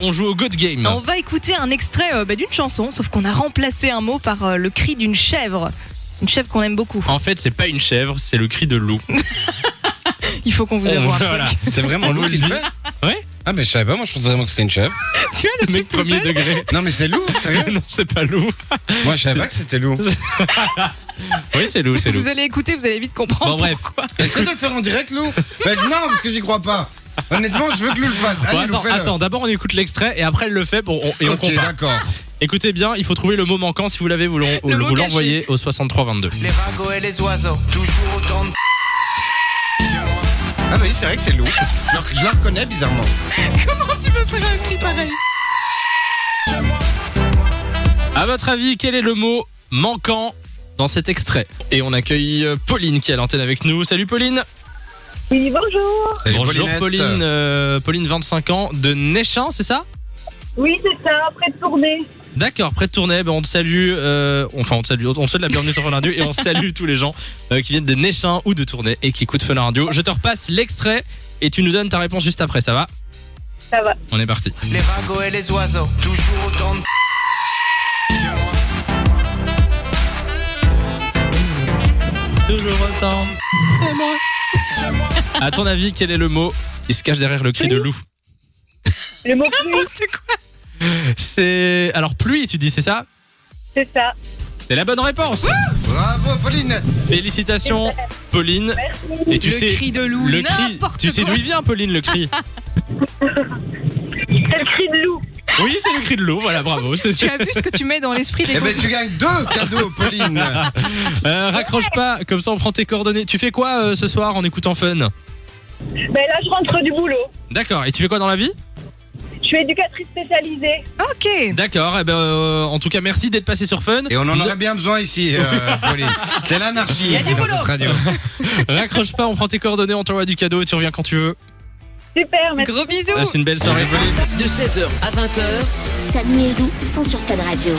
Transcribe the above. On joue au Good Game. On va écouter un extrait euh, bah, d'une chanson, sauf qu'on a remplacé un mot par euh, le cri d'une chèvre. Une chèvre qu'on aime beaucoup. En fait, c'est pas une chèvre, c'est le cri de loup. Il faut qu'on vous avoue un Oh, Voilà. truc. C'est vraiment On Lou le qui le dit. fait Ouais. Ah, mais je savais pas, moi je pensais vraiment que c'était une chèvre. tu vois le Le mec truc tout premier seul degré. Ah Non, mais c'était Lou, sérieux non, c'est pas loup. Moi je savais pas que c'était Lou. Oui, c'est loup, c'est loup. Vous allez écouter, vous allez vite comprendre Bon, bref. pourquoi. Essaye de le faire en direct, Lou Bah, non, parce que j'y crois pas. Honnêtement, je veux que Lou le fasse. Bon, Allez, Lou, attends, fais-le. attends, d'abord on écoute l'extrait et après elle le fait pour, on- et on ok, compare. d'accord. Écoutez bien, il faut trouver le mot manquant si vous l'avez, vous l'en- euh, Le mot vous l'envoyez au 6322. Les ragots et les oiseaux, toujours autant de Ah, bah oui, c'est vrai que c'est Lou. Je le, je la reconnais bizarrement. Comment tu peux faire un cri pareil À votre avis, quel est le mot manquant dans cet extrait Et on accueille euh, Pauline qui est à l'antenne avec nous. Salut Pauline. Oui, bonjour. Salut, Bonjour Paulinette. Pauline, euh, Pauline 25 ans de Néchin, c'est ça Oui, c'est ça, après de tourner. D'accord, près de Tournai, ben on te salue, euh, enfin on te salue, on te souhaite la bienvenue sur Fun Radio et on salue tous les gens euh, qui viennent de Néchin ou de Tournai et qui écoutent Fun Radio. Je te repasse l'extrait et tu nous donnes ta réponse juste après, ça va Ça va. On est parti. Les ragots et les oiseaux, toujours autant de Toujours autant. Et moi. À ton avis, quel est le mot qui se cache derrière le cri de loup Le mot pluie, C'est quoi C'est alors pluie, tu dis, c'est ça c'est ça. C'est la bonne réponse. Bravo, Pauline Félicitations, Pauline. Et tu Le sais cri de loup, le cri, n'importe tu sais quoi. d'où il vient, Pauline, le cri. C'est le cri de loup. Oui, c'est le cri de loup. Voilà, bravo. c'est Tu as vu ce que tu mets dans l'esprit des Eh gens ben, tu gagnes deux cadeaux, Pauline Euh, raccroche pas, comme ça on prend tes coordonnées. Tu fais quoi euh, ce soir en écoutant Fun Ben là, je rentre du boulot. D'accord, et tu fais quoi dans la vie Je suis éducatrice spécialisée. Ok. D'accord, et ben, euh, en tout cas merci d'être passé sur Fun. Et on en Ne- aurait bien besoin ici, euh, Pauline. C'est l'anarchie ici dans cette radio. Raccroche pas, on prend tes coordonnées, on t'envoie du cadeau et tu reviens quand tu veux. Super, merci. Gros bisous. Ah, c'est une belle soirée. De 16h à 20h, Samy et Lou sont sur Fan Radio.